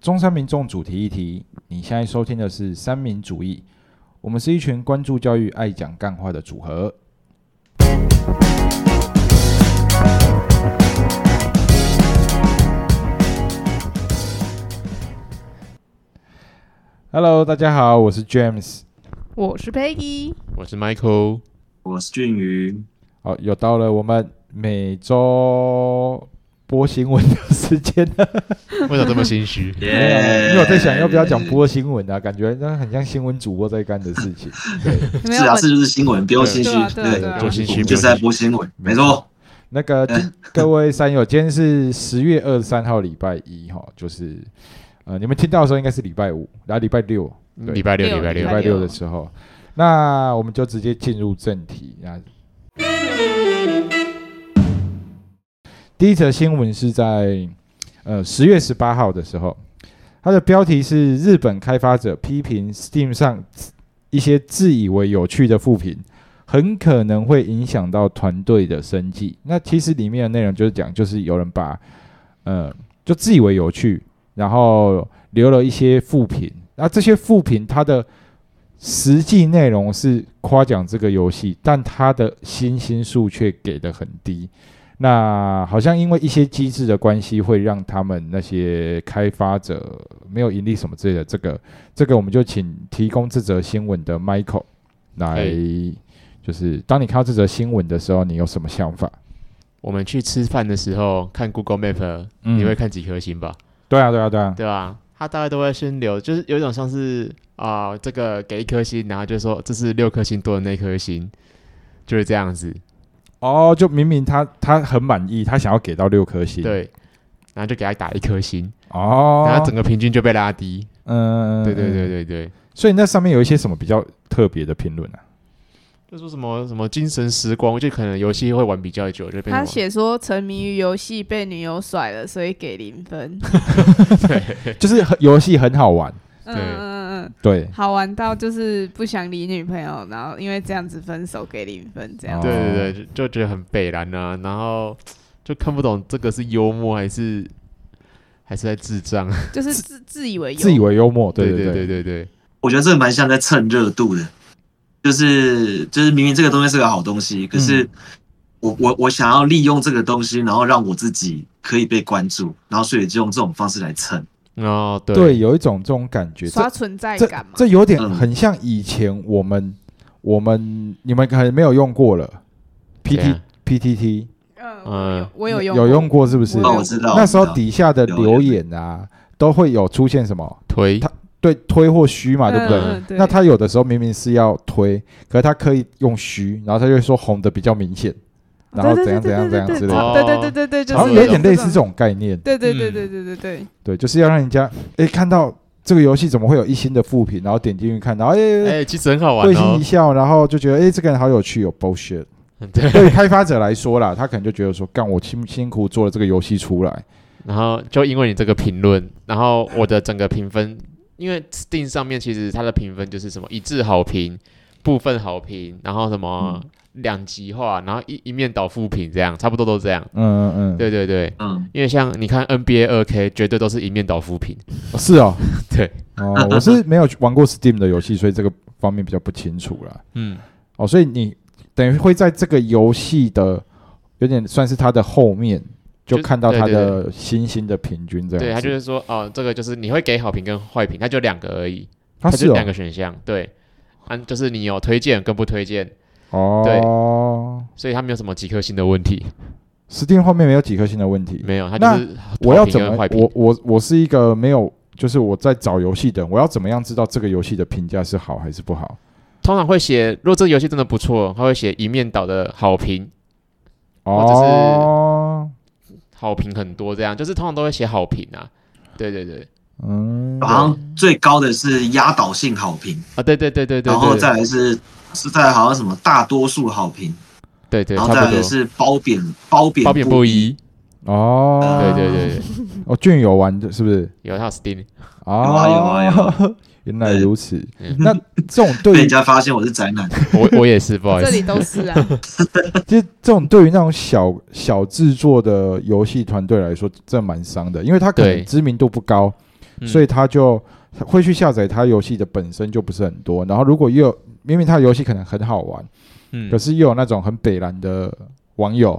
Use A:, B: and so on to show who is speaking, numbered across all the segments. A: 中山民众主题议题，你现在收听的是三民主义，我们是一群关注教育、爱讲干话的组合。Hello，大家好，我是 James。
B: 我是 Peggy，
C: 我是 Michael，
D: 我是俊宇，
A: 好，又哦到了我们每周播新闻的时间了。
C: 为什么这么 心虚？
D: 耶、
A: 没有啦因为我在想要不要讲播新闻啊，感觉那很像新闻主播在干的事情。
B: 没
D: 是
B: 有
D: 啊，
B: 我
D: 是就是新闻，不用心虚
B: 对啊，对啊对啊
D: 我
C: 不用心虚
D: 们就是在播新闻，没错，嗯
A: 那个今各位山友，今天是十月二十三号，礼拜一哈，就是呃，你们听到的时候应该是礼拜五，然后礼拜六，对
C: 礼拜六，
B: 六
C: 礼拜
A: 礼
C: 六，
A: 拜六的时候，那我们就直接进入正题。那第一则新闻是在呃十月十八号的时候，它的标题是日本开发者批评 Steam 上一些自以为有趣的副评。很可能会影响到团队的生计。那其实里面的内容就是讲，就是有人把呃，就自以为有趣，然后留了一些负评。那这些负评它的实际内容是夸奖这个游戏，但它的星星数却给的很低。那好像因为一些机制的关系，会让他们那些开发者没有盈利什么之类的。这个，这个我们就请提供这则新闻的 Michael 来，就是当你看到这则新闻的时候，你有什么想法？
C: 我们去吃饭的时候看 Google Map，你
A: 嗯
C: 会看几颗星吧？
A: 对啊，对啊，对啊，
C: 对吧？他大概都会先留，就是有一种像是啊、这个给一颗星，然后就说这是六颗星多的那颗星，就是这样子。
A: 哦，就明明他他很满意，他想要给到六颗星，，
C: 对，然后就给他打一颗星，
A: 哦，
C: 然后整个平均就被拉低。
A: 嗯，
C: 对对，对对对，
A: 所以那上面有一些什么比较特别的评论啊？
C: 就说什么什么精神时光，就可能游戏会玩比较久，就变成
B: 他
C: 玩
B: 写说沉迷于游戏被女友甩了，所以给零分。
A: 就是很游戏很好玩，
B: 嗯嗯嗯
A: 对
B: 嗯，，好玩到就是不想理女朋友，然后因为这样子分手给零分，这样
A: 哦
C: 对对对，就就觉得很北然啊，然后就看不懂这个是幽默还是还是在智障。
B: 就是自自以为有，
A: 自以为幽默，对
C: 对
A: 对
C: 对对对，
D: 我觉得这个蛮像在蹭热度的，就是就是明明这个东西是个好东西，可是我我我想要利用这个东西，然后让我自己可以被关注，然后所以就用这种方式来蹭，
C: 哦对
A: 对，有一种这种感觉，
B: 刷存在
A: 这
B: 感嘛。
A: 这有点
D: 嗯
A: 很像以前我们我们你们可能没有用过了，P
C: 怎
A: T
C: 样
A: P T T，
B: 嗯，我有我有用
A: 有用
B: 过，
A: 过是不是？
B: 我有
D: 哦，我知道，
A: 那时候
D: 我知道
A: 底下的留言啊，都会有出现什么
C: 推
A: 他对推或虚嘛，
B: 嗯
A: 对不对？
B: 嗯对
A: 那他有的时候明明是要推，可是他可以用虚，然后他就会说红的比较明显，然后
B: 哦对
A: 怎样怎样怎样
B: 对
A: 之类的，
B: 对
C: 的
B: 对对对对对，就
A: 好像
B: 是
A: 有点类似这，种概念。
B: 对对对
C: 嗯
B: 对对对对，
A: 对，就是要让人家诶看到这个游戏怎么会有一星的副评，然后点进去看，然后诶
C: 哎，其实很好玩
A: 会心
C: 哦
A: 一。笑，然后就觉得诶这个人好有趣，有哦 bullshit。
C: 对，
A: 对于开发者来说啦，他可能就觉得说，干我辛辛苦做了这个游戏出来，
C: 然后就因为你这个评论，然后我的整个评分，因为 Steam 上面其实它的评分就是什么一致好评、部分好评，然后什么两极化，然后一一面倒负评，这样差不多都这样。
A: 嗯嗯嗯，
C: 对对对，
D: 嗯，
C: 因为像你看 NBA 二 K 绝对都是一面倒负评。
A: 哦是哦，
C: 对，
A: 哦，我是没有玩过 Steam 的游戏，所以这个方面比较不清楚啦。
C: 嗯，
A: 哦，所以你等于会在这个游戏的有点算是它的后面，就
C: 就
A: 看到它
C: 对对
A: 的星星的平均这样子。
C: 对，他就是说，哦，这个就是你会给好评跟坏评，它就两个而已，
A: 它
C: 它
A: 是
C: 就
A: 哦
C: 两个选项，对，嗯、就是你有推荐跟不推荐，
A: 哦，
C: 所以它没有什么几颗星的问题，
A: ，Steam 后面没有几颗星的问题。
C: 没有，它
A: 那
C: 就是好
A: 我要
C: 评
A: 怎
C: 跟
A: 么
C: 坏？评
A: 我我我是一个没有，就是我在找游戏的人，我要怎么样知道这个游戏的评价是好还是不好？
C: 通常会写，如果这个游戏真的不错，它会写一面倒的好评，或者是
A: 哦，
C: 好评很多这样，就是通常都会写好评啊，对对对，
A: 嗯，
D: 好像最高的是压倒性好评，
C: 啊，对对对对对
D: 然后
C: 对
D: 再来是是在好像什么大多数好评，
C: 对对，
D: 然后
C: 差
D: 再
C: 不
D: 来
C: 多，
D: 是褒贬褒贬
C: 褒贬不一，
A: 哦，
C: 对对
D: 啊
C: 对对，
A: 哦，俊有玩的是不是？
C: 有它有 Steam，
D: 有啊有啊有
A: 哦，原来如 此。 那这种
D: 被
A: 对于
D: 人家发现我是宅男，
C: 嗯我我也是，不好意
B: 这
C: 思，
B: 里都是啊，
A: 其实这种对于那种小小制作的游戏团队来说，真的蛮伤的，因为他可能
C: 对
A: 知名度不高，
C: 嗯
A: 所以他就会去下载他游戏的本身就不是很多。然后如果又有明明他的游戏可能很好玩，
C: 嗯，
A: 可是又有那种很北蓝的网友，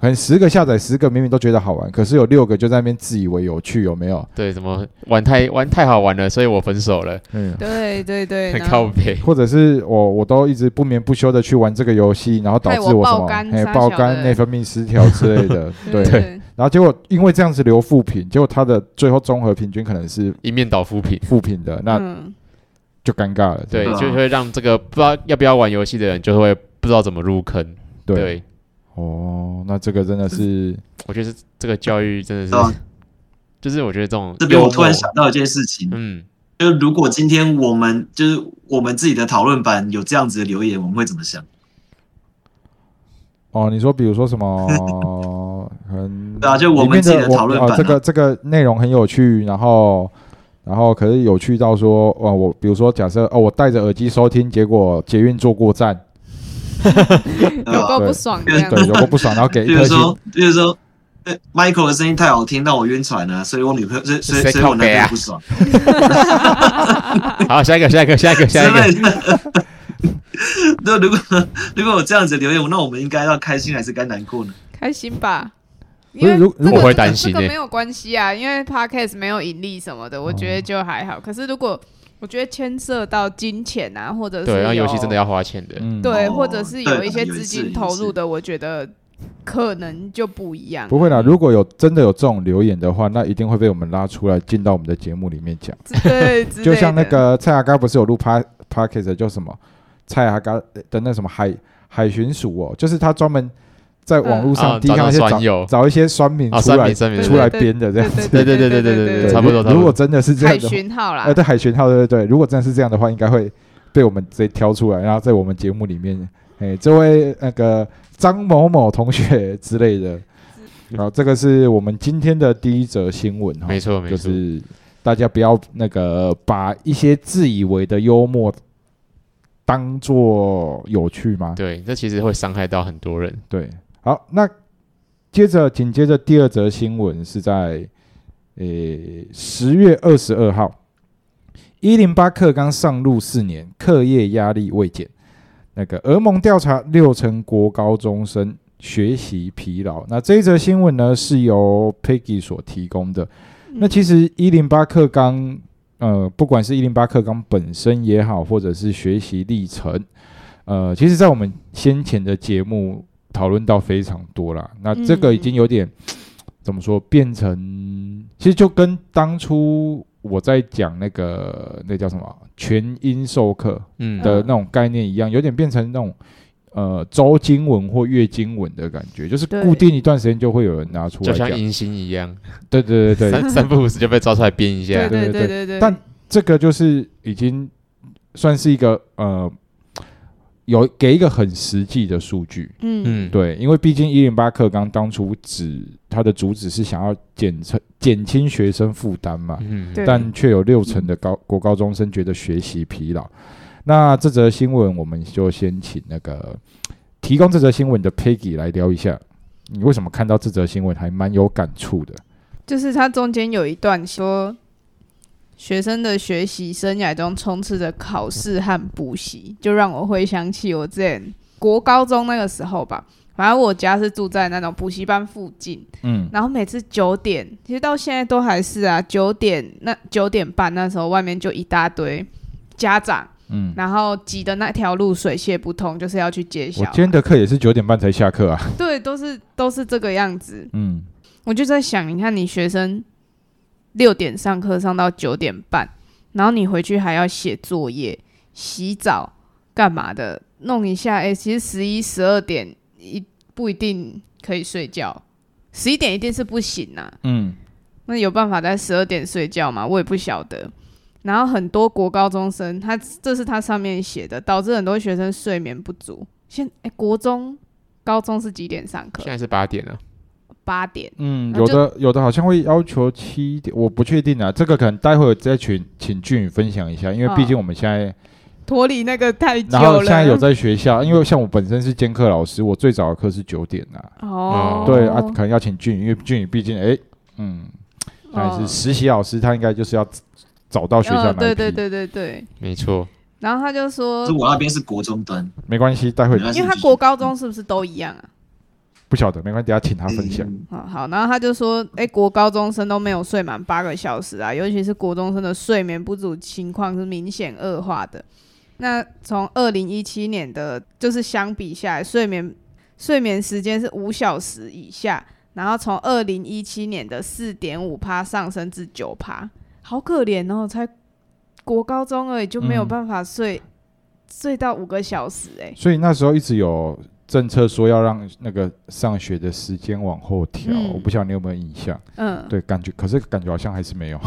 A: 可能十个下载十个明明都觉得好玩，可是有六个就在那边自以为有趣，有没有？
C: 对，怎么玩太玩太好玩了，所以我分手了，
A: 嗯。
B: 对对对，
C: 很
B: 然
C: 靠
B: 后
C: 背。
A: 或者是我我都一直不眠不休的去玩这个游戏，然后导致
B: 害我
A: 什
B: 爆
A: 么
B: 肝
A: 哎
B: 傻
A: 爆
B: 小
A: 肝、
B: 的
A: 内分泌失调之类 的，对。
B: 对对
A: 然后结果因为这样子留负评，结果他的最后综合平均可能是
C: 一面倒扶贫，
A: 负评的，那
B: 嗯
A: 就尴尬了。
C: 对，
D: 对啊
C: 就会让这个不知道要不要玩游戏的人，就会不知道怎么入坑。
A: 对，哦，那这个真的是
C: 我觉得是这个教育真的是，
D: 对啊
C: 就是我觉得这种
D: 这边
C: 幽
D: 我
C: 默
D: 突然想到一件事情，
C: 嗯，
D: 就是如果今天我们就是我们自己的讨论版有这样子的留言，我们会怎么想？
A: 哦，你说比如说什 么很
D: 对啊就我
A: 里
D: 们
A: 面
D: 自己的
A: 我
D: 讨论
A: 哦
D: 版啊
A: 这个这个内容很有趣，然后然后可是有趣到说哦，我比如说假设哦，我戴着耳机收听，结果捷运坐过站，
B: 有够
A: 对
B: 不爽这
D: 对
B: 样
A: 对，有
B: 子，
A: 个不爽，然 后给
D: 比
A: 一
D: 如
A: 颗星。
D: 说，比如说。呃 Michael 的声音太好听，让我晕船了、所以我女朋友，所以所以
C: 谁
D: 所以我
C: 靠
D: 男
C: 北
D: 朋
C: 啊
D: 友不爽。
C: 好，下一个，下一个，下一个， 下一个，
D: 之类的 那如果如果有这样子的留言，那我们应该要开心还是该难过呢？
B: 开心吧。
A: 不
B: 因
A: 是
B: 为
A: 如
B: 这个
A: 我
C: 会
B: 这个
C: 担心
B: 这
C: 欸
B: 个没有关系啊，因为 podcast 没有盈利什么的，我觉得就还好。可是如果我觉得牵涉到金钱啊，或者是
C: 对，然后游戏
B: 有
C: 真的要花钱的，
A: 嗯，
B: 对，
D: 哦
B: 或者是有
D: 对
B: 一些
D: 有一
B: 资
D: 次有
B: 金
D: 一
B: 投入
D: 次
B: 的，我觉得可能就不一样。
A: 不会啦，如果有真的有这种留言的话，那一定会被我们拉出来进到我们的节目里面讲。
B: 之对，之
A: 就
B: 类
A: 像那
B: 的
A: 个蔡阿嘎不是有录 pa podcast 叫什么蔡阿嘎的那什么海海巡署哦，就是他专门在网络
C: 嗯啊
A: 上低看
C: 找
A: 一些
C: 那酸
A: 找
C: 友
A: 找一些酸民
C: 哦
A: 出
C: 酸
A: 来
C: 民酸民
A: 出来编的这样子。
C: 对对对对对
A: 对
C: 差不多
A: 如
C: 差不多
A: 如果真的是这样
B: 海
A: 的话，
B: 巡号啦
A: 呃，，对海巡号，对对对，如果真的是这样的话，应该会被我们直接挑出来，然后在我们节目里面，哎，这位那个张某某同学之类的。然后这个是我们今天的第一则新闻哈，
C: 没错，没
A: 就
C: 错，
A: 是大家不要那个呃把一些自以为的幽默当做有趣吗？
C: 对，这其实会伤害到很多人。
A: 对，好，那接着紧接着第二则新闻是在诶十月二十二号，一零八课纲上路四年，课业压力未减。那个俄盟调查六成国高中生学习疲劳。那这一则新闻呢，是由 Peggy 所提供的。
B: 嗯
A: 那其实一零八课纲，呃，不管是一零八课纲本身也好，或者是学习历程，呃，其实，在我们先前的节目讨论到非常多啦。那这个已经有点、怎么说，变成其实就跟当初我在讲那个那叫什么全英授课
C: 嗯，
A: 的那种概念一样，有点变成那种。呃，周经文或月经文的感觉，就是
B: 对
A: 固定一段时间就会有人拿出
C: 就
A: 来讲
C: 像，迎新一样，
A: 对对对对，
C: 三三不五时就被抓出来编一
B: 对。
C: 下
B: 对
A: 对
B: 对
A: 对
B: 对对，
A: 但这个就是已经算是一个呃，有给一个很实际的数据。
B: 嗯
C: 嗯，，
A: 对，因为毕竟一零八课纲当初指它的主旨是想要减轻减轻学生负担嘛，
C: 嗯，
B: 对
A: 但却有六成的高国高中生觉得学习疲劳。那这则新闻，我们就先请那个提供这则新闻的 Peggy 来聊一下，你为什么看到这则新闻还蛮有感触的？
B: 就是它中间有一段说，学生的学习生涯中充斥着考试和补习，就让我回想起我之前国高中那个时候吧。反正我家是住在那种补习班附近，
A: 嗯
B: 然后每次九点，其实到现在都还是啊，九点那九点半那时候外面就一大堆家长，
A: 嗯，
B: 然后挤的那条路水泄不通，就是要去接
A: 我
B: 小
A: 今天的课也是九点半才下课啊。
B: 对，都是都是这个样子。
A: 嗯
B: 我就在想，你看你学生六点上课上到九点半，然后你回去还要写作业、洗澡、干嘛的，弄一下。哎、其实十一、十二点一不一定可以睡觉，十一点一定是不行呐、
A: 嗯，
B: 那有办法在十二点睡觉吗？我也不晓得。然后很多国高中生，他这是他上面写的，导致很多学生睡眠不足。现哎、国中、高中是几点上课
C: 现？在是八点了，
B: 八点。
A: 嗯，
B: 那
A: 有
B: 啊就
A: 的有的好像会要求七点，我不确定啊。这个可能待会儿再请请俊宇分享一下，因为毕
B: 嗯
A: 竟我们现在，
B: 脱离那个太久
A: 然
B: 了。
A: 后现在有在学校，因为像我本身是兼课老师，我最早的课是九点啊。
B: 哦，
A: 对啊，可能要请俊宇，因为俊宇毕竟哎，嗯，但
B: 哦
A: 是实习老师他应该就是要找到学校
B: 哦，
A: 来批，
B: 对对对对对。
C: 没错，
B: 然后他就说
D: 就，我那边是国中端，
A: 没关系，待会
D: 没关系
B: 呃因为他国高中是不是都一样啊？
A: 不晓得，没关系，等一下请他分享。
D: 嗯
B: 好好，然后他就说，哎、国高中生都没有睡满八个小时啊，尤其是国中生的睡眠不足情况是明显恶化的。那从二零一七年的，就是相比下来，睡眠睡眠时间是五小时以下，然后从二零一七年的四点五趴上升至九趴，好可怜哦，才国高中而已就没有
A: 嗯
B: 办法睡、睡到五个小时、哎，
A: 所以那时候一直有政策说要让那个上学的时间往后调，
B: 嗯
A: 我不晓得你有没有印象？
B: 嗯，
A: 对，感觉可是感觉好像还是没有。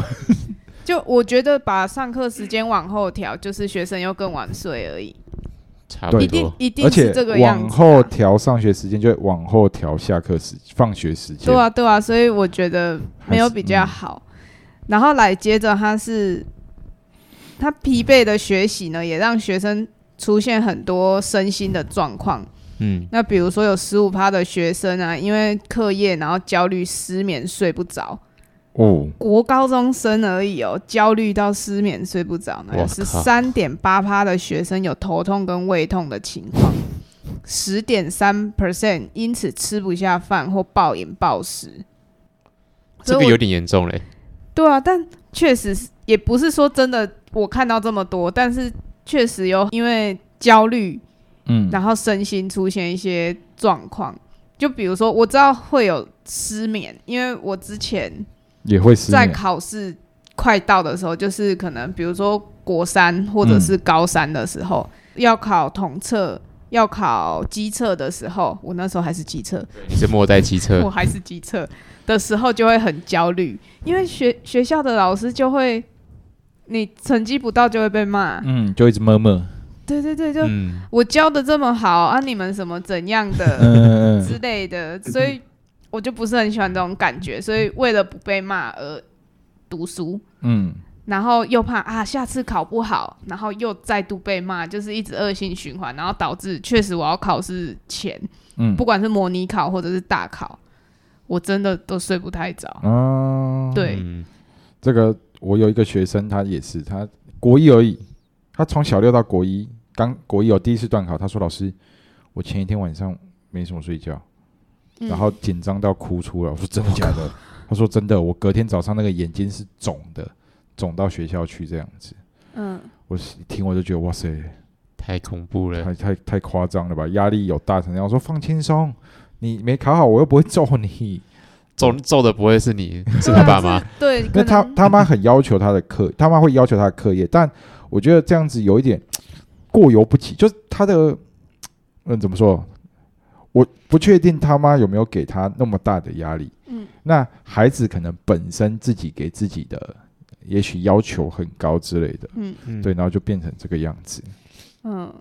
B: 就我觉得把上课时间往后调，就是学生又更晚睡而已，
C: 差
A: 对
C: 不
B: 一定
C: 多。
B: 一定
A: 而且
B: 是这个样
A: 往
B: 子、啊
A: 后调上学时间，就会往后调下课时、放学时间。
B: 对啊对啊，所以我觉得没有比
A: 还
B: 较
A: 是
B: 好。然后来接着他是他疲惫的学习呢，也让学生出现很多身心的状况。
C: 嗯，
B: 那比如说有十五趴的学生啊，因为课业然后焦虑、失眠、睡不着。
A: 哦，
B: 国高中生而已哦，焦虑到失眠睡不着呢。
C: 我靠
B: 十三点八趴的学生有头痛跟胃痛的情况， 十点三 percent 因此吃不下饭或暴饮暴食。
C: 这
B: 所以
C: 个
B: 我
C: 有点严重嘞。
B: 对啊，但确实是也不是说真的，我看到这么多，但是确实有因为焦虑
A: 嗯，
B: 然后身心出现一些状况。就比如说，我知道会有失眠，因为我之前
A: 也会失
B: 在
A: 眠。
B: 考试快到的时候，就是可能比如说国三或者是高三的时候，
A: 嗯
B: 要考统测、要考机测的时候，我那时候还是机测，
C: 你是末代机
B: 我
C: 车，
B: 还是机测的时候就会很焦虑，因为学学校的老师就会，你成绩不到就会被骂，
A: 嗯，就一直摸摸。
B: 对对对，就、
C: 嗯，
B: 我教的这么好啊，你们什么怎样的？
A: 嗯嗯
B: 之类的，所以我就不是很喜欢这种感觉，所以为了不被骂而读书，
A: 嗯，
B: 然后又怕啊下次考不好，然后又再度被骂，就是一直恶性循环，然后导致确实我要考试前，
A: 嗯
B: 不管是模拟考或者是大考，我真的都睡不太着。
A: 嗯啊，
B: 对，
C: 嗯
A: 这个我有一个学生，他也是，他国一而已，他从小六到国一，刚国一有第一次断考，他说老师，我前一天晚上没什么睡觉，
B: 嗯
A: 然后紧张到哭出来。我说真的假 的？他说真的，我隔天早上那个眼睛是肿的，肿到学校去这样子。
B: 嗯，
A: 我是听我就觉得哇塞，
C: 太恐怖了。
A: 太太太夸张了吧？压力有大成这样。我说放轻松，你没考好，我又不会揍你。
C: 揍揍的不会是你，是他 爸妈。
B: 嗯对，可
A: 那
B: 能
A: 他他妈很要求他的课， 他妈会要求他的课业，但我觉得这样子有一点过犹不及，就是他的嗯怎么说？我不确定他妈有没有给他那么大的压力。
B: 嗯，
A: 那孩子可能本身自己给自己的，也许要求很高之类的，
B: 嗯
C: 嗯
A: 对，，然后就变成这个样子。
B: 嗯，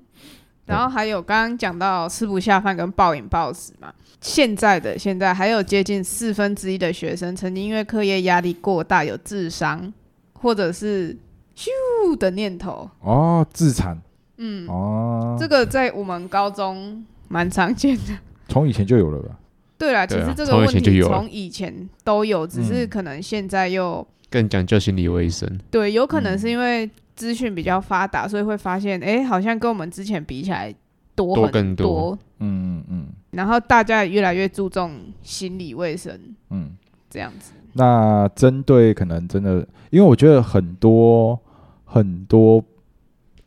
B: 然后还有刚刚讲到吃不下饭跟暴饮暴食嘛，现在的现在还有接近四分之一的学生曾经因为课业压力过大有自伤或者是咻的念头，
A: 哦，自残
B: 嗯，
A: 哦，
B: 这个在我们高中蛮常见的。
A: 从以前就有了吧？
B: 对啦，其
C: 对啊
B: 实这个
C: 从以
B: 问
C: 前就
B: 题
C: 有了
B: 从以前都有，只是
A: 嗯
B: 可能现在又
C: 更讲究心理卫生。
B: 对，有可能
A: 嗯
B: 是因为资讯比较发达，所以会发现，哎，好像跟我们之前比起来多
C: 多
B: 很
C: 更多
B: 多
A: 嗯嗯
B: 然后大家也越来越注重心理卫生
A: 嗯嗯。
B: 这样子。
A: 那针对可能真的，因为我觉得很多很多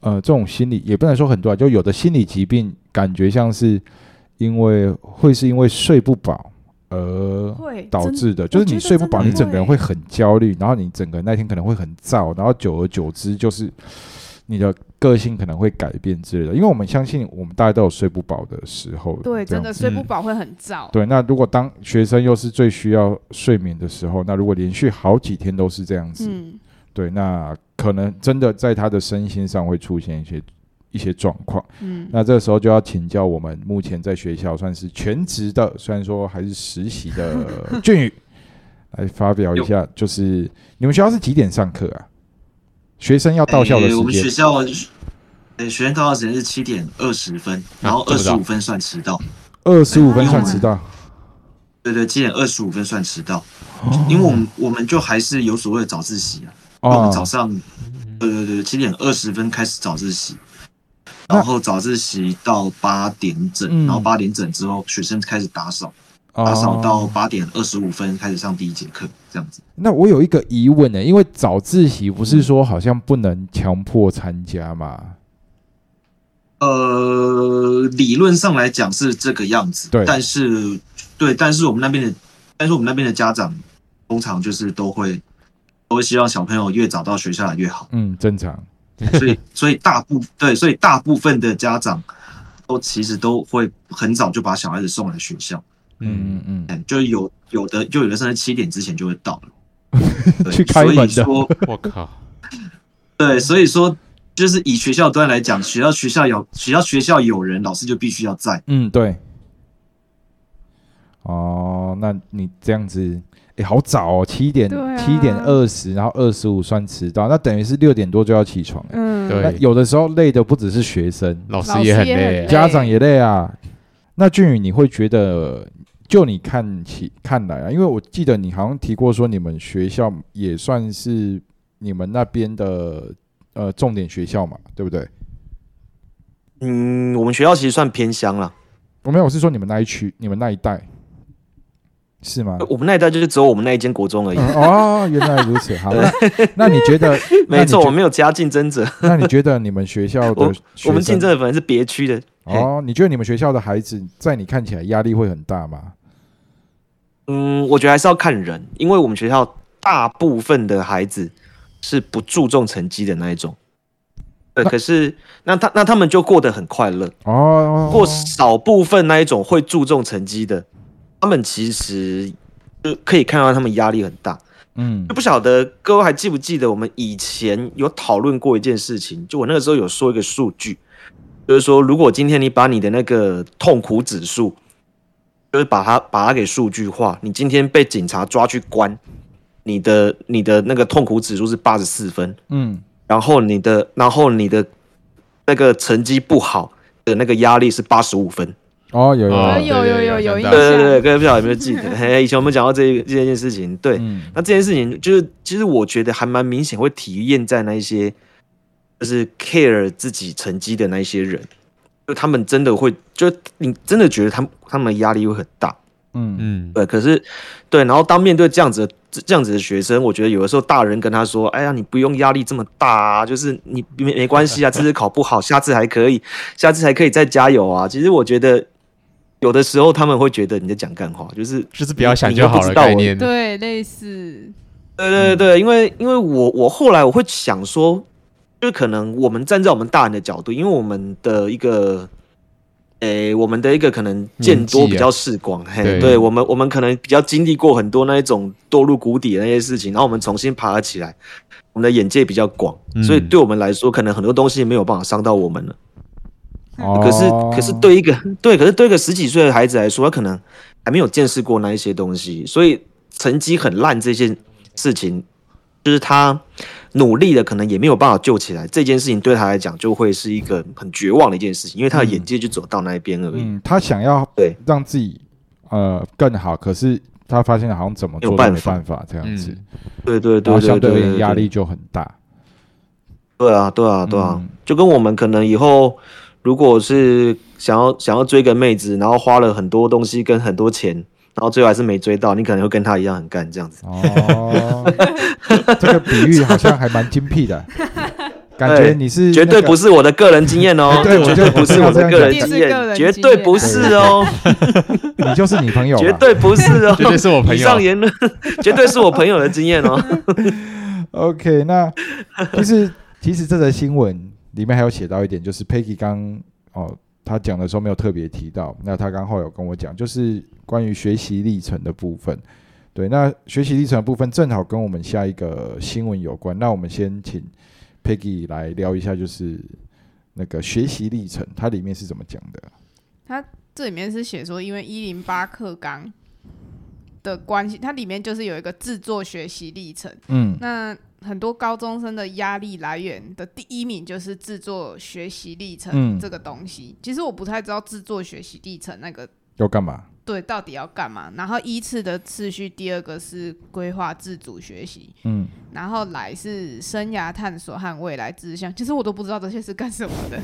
A: 呃这种心理也不能说很多啊，就有的心理疾病感觉像是因为会是因为睡不饱而
B: 会
A: 导致的，哎就是你睡不饱，你整个人会很焦虑，然后你整个那天可能会很燥，然后久而久之就是你的个性可能会改变之类的。因为我们相信我们大家都有睡不饱的时候，
B: 对，
A: 这样
B: 真的
A: 子
B: 睡不饱会很燥。
A: 对，那如果当学生又是最需要睡眠的时候，那如果连续好几天都是这样子，
B: 嗯，
A: 对，那可能真的在他的身心上会出现一些一些状况。
B: 嗯
A: 那这时候就要请教我们目前在学校算是全职的，虽然说还是实习的俊宇，来发表一下，就是你们学校是几点上课啊？学生要到校的
D: 诶我
A: 时
D: 们学
A: 间
D: 校，诶，学生到校时间是七
A: 啊
D: 点二十分，然后
C: 这
D: 二
C: 么
D: 十
C: 早
D: 五分算迟到。
A: 二十五分
D: 哎
A: 算迟到，
D: 对对，七点二十五分算迟到，
A: 哦
D: 因为我们我们就还是有所谓的早自习啊，那
A: 哦
D: 我们早上，呃对对对，七点二十分开始早自习，
A: 那
D: 然后早自习到八点
A: 嗯哦
D: 整，然后八点整之后学生开始打扫，打扫到八点二十五分开始上第一节课，这样子。
A: 那我有一个疑问欸呢、因为早自习不是说好像不能强迫参加嘛？
D: 呃，理论上来讲是这个样子，
A: 对，
D: 但是对，但是我们那边的，但是我们那边的家长通常就是都会都会希望小朋友越早到学校来越好
A: 嗯，正常。
D: 所以所以大部对，所以大部分的家长都其实都会很早就把小孩子送来学校，
A: 嗯嗯嗯，
D: 嗯，就有有的就有的甚至七点之前就会到了， 对
A: 去开门的
D: 所以说
C: 我靠，
D: 对，所以说就是以学校端来讲，学校学校有学校学校有人，老师就必须要在。
A: 嗯，对。哦，那你这样子，哎，好早哦，七点
B: 对啊
A: 七点二十，然后二十五算迟到，那等于是六点多就要起床。欸
B: 嗯，
C: 对
A: 那有的时候累的不只是学生，
C: 老师
B: 老
C: 也
B: 师
C: 很
B: 也很
C: 累
B: 累
C: 啊，
A: 家长也累啊。那俊宇，你会觉得，就你看起看来啊，因为我记得你好像提过说，你们学校也算是你们那边的呃重点学校嘛，对不对？
D: 嗯，我们学校其实算偏乡啦，
A: 我没有，我是说你们那一区，你们那一带是吗？
E: 呃
D: 我们那一代就是只有我们那一间国中而已。
A: 嗯哦，原来如此。好，那那你觉得？那
E: 没
A: 你
E: 错，
A: 觉
E: 我没有加竞争者，
A: 那你觉得你们学校的学
E: 我们竞
A: 生
E: 争的反而是别区的。嘿
A: 哦？你觉得你们学校的孩子在你看起来压力会很大吗？
E: 嗯，我觉得还是要看人，因为我们学校大部分的孩子是不注重成绩的那一种。对，
A: 那
E: 可是那他那他们就过得很快乐。
A: 哦，
E: 过少部分那一种会注重成绩的，他们其实就可以看到他们压力很大。
A: 嗯
E: 就不晓得各位还记不记得我们以前有讨论过一件事情，就我那个时候有说一个数据，就是说如果今天你把你的那个痛苦指数，就是把它把它给数据化，你今天被警察抓去关，你的你的那个痛苦指数是八十四分，
A: 嗯
E: 然后你的然后你的那个成绩不好的那个压力是八十五分。
A: 哦，有有有
C: 哦
B: 呃有有有有
C: 对对对
B: 印象，
C: 啊
E: 对对对，各位不晓得有没有记得？ 嘿，以前我们讲到这一这件事情，对。
A: 嗯
E: 那这件事情就是，其实我觉得还蛮明显会体验在那一些就是 care 自己成绩的那一些人，就他们真的会，就你真的觉得他们他们的压力会很大，
A: 嗯
C: 嗯，
E: 对。可是对，然后当面对这样子的这样子的学生，我觉得有的时候大人跟他说：“哎呀，你不用压力这么大啊，就是你没没关系啊，这次考不好，下次还可以，下次还可以再加油啊。”其实我觉得。有的时候他们会觉得你在讲干话，就是
C: 就是不要想就
E: 你又
C: 好
E: 不
C: 了
E: 知道我
C: 概念，
B: 对类似，
E: 对对
C: 嗯
E: 对，因为因为我我后来我会想说，就是可能我们站在我们大人的角度，因为我们的一个，诶、我们的一个可能见多
C: 年纪啊
E: 比较世广，嘿，
C: 对
E: 对我们我们可能比较经历过很多那一种堕入谷底的那些事情，然后我们重新爬了起来，我们的眼界比较广，
C: 嗯
E: 所以对我们来说，可能很多东西没有办法伤到我们了。
A: 哦
E: 可是可是对一个 对，可是对一个十几岁的孩子来说，他可能还没有见识过那一些东西，所以成绩很烂这件事情，就是他努力的可能也没有办法救起来。这件事情对他来讲就会是一个很绝望的一件事情，因为他的眼界就走到那一边而已。
A: 嗯，他想要
E: 对
A: 让自己呃更好，可是他发现好像怎么做
E: 没有
A: 都
E: 办
A: 没
E: 法
A: 办法这样子，
C: 嗯
E: 对对
A: 然
E: 对
A: 后
E: 对
A: 相
E: 对
A: 对而
E: 对，
A: 言压力就很大。
E: 对啊，对啊，对啊，
A: 嗯
E: 就跟我们可能以后如果是想要想要追个妹子，然后花了很多东西跟很多钱，然后最后还是没追到，你可能会跟他一样很干这样子。
A: 哦， 这个比喻好像还蛮精辟的，感觉
E: 对
A: 你是
E: 哎绝对
A: 那个
E: 不是我的个人经验哦，
A: 对我
E: 绝
A: 就
E: 对不是我的个人经
B: 一定是个
E: 验，
B: 人
E: 绝
B: 经验
E: 对不 是哦，
A: 你就是你朋友吧，
E: 绝对不是 哦，
C: 绝对是我朋
E: 以
C: 友
E: 上，言论绝对是我朋友的经验哦。
A: OK，那其实 其实这则新闻里面还有写到一点，就是 Peggy 刚哦，他讲的时候没有特别提到，那他刚后来有跟我讲，就是关于学习历程的部分。对，那学习历程的部分正好跟我们下一个新闻有关，那我们先请 Peggy 来聊一下，就是那个学习历程，它里面是怎么讲的？
B: 这里面是写说，因为一零八课纲的关系，它里面就是有一个制作学习历程。
A: 嗯
B: 那很多高中生的压力来源的第一名就是制作学习历
A: 嗯
B: 程这个东西。其实我不太知道制作学习历程那个
A: 要干嘛？
B: 对到底要干嘛，然后依次的次序，第二个是规划自主学习，
A: 嗯，
B: 然后来是生涯探索和未来志向。其实我都不知道这些是干什么的，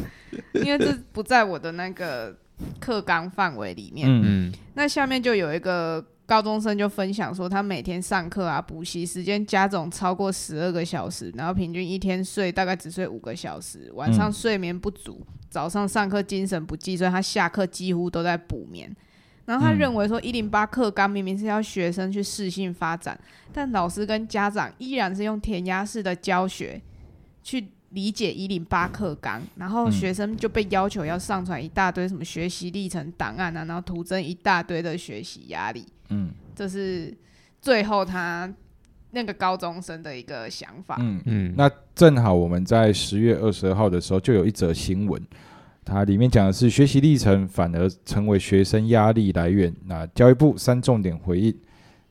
B: 因为这不在我的那个课纲范围里面。
A: 嗯
C: 嗯
B: 那下面就有一个高中生就分享说，他每天上课啊、补习时间加总超过十二个小时，然后平均一天睡大概只睡五个小时，晚上睡眠不足，早上上课精神不济，所以他下课几乎都在补眠。然后他
A: 嗯
B: 认为说，一零八课纲明明是要学生去适性发展，但老师跟家长依然是用填鸭式的教学去理解一零八课纲，然后
A: 嗯
B: 学生就被要求要上传一大堆什么学习历程档案啊，然后徒增一大堆的学习压力。
A: 嗯
B: 这是最后他那个高中生的一个想法。
A: 嗯，
C: 嗯，
A: 那正好我们在十月二十二号的时候就有一则新闻，它里面讲的是学习历程反而成为学生压力来源。那教育部三重点回应，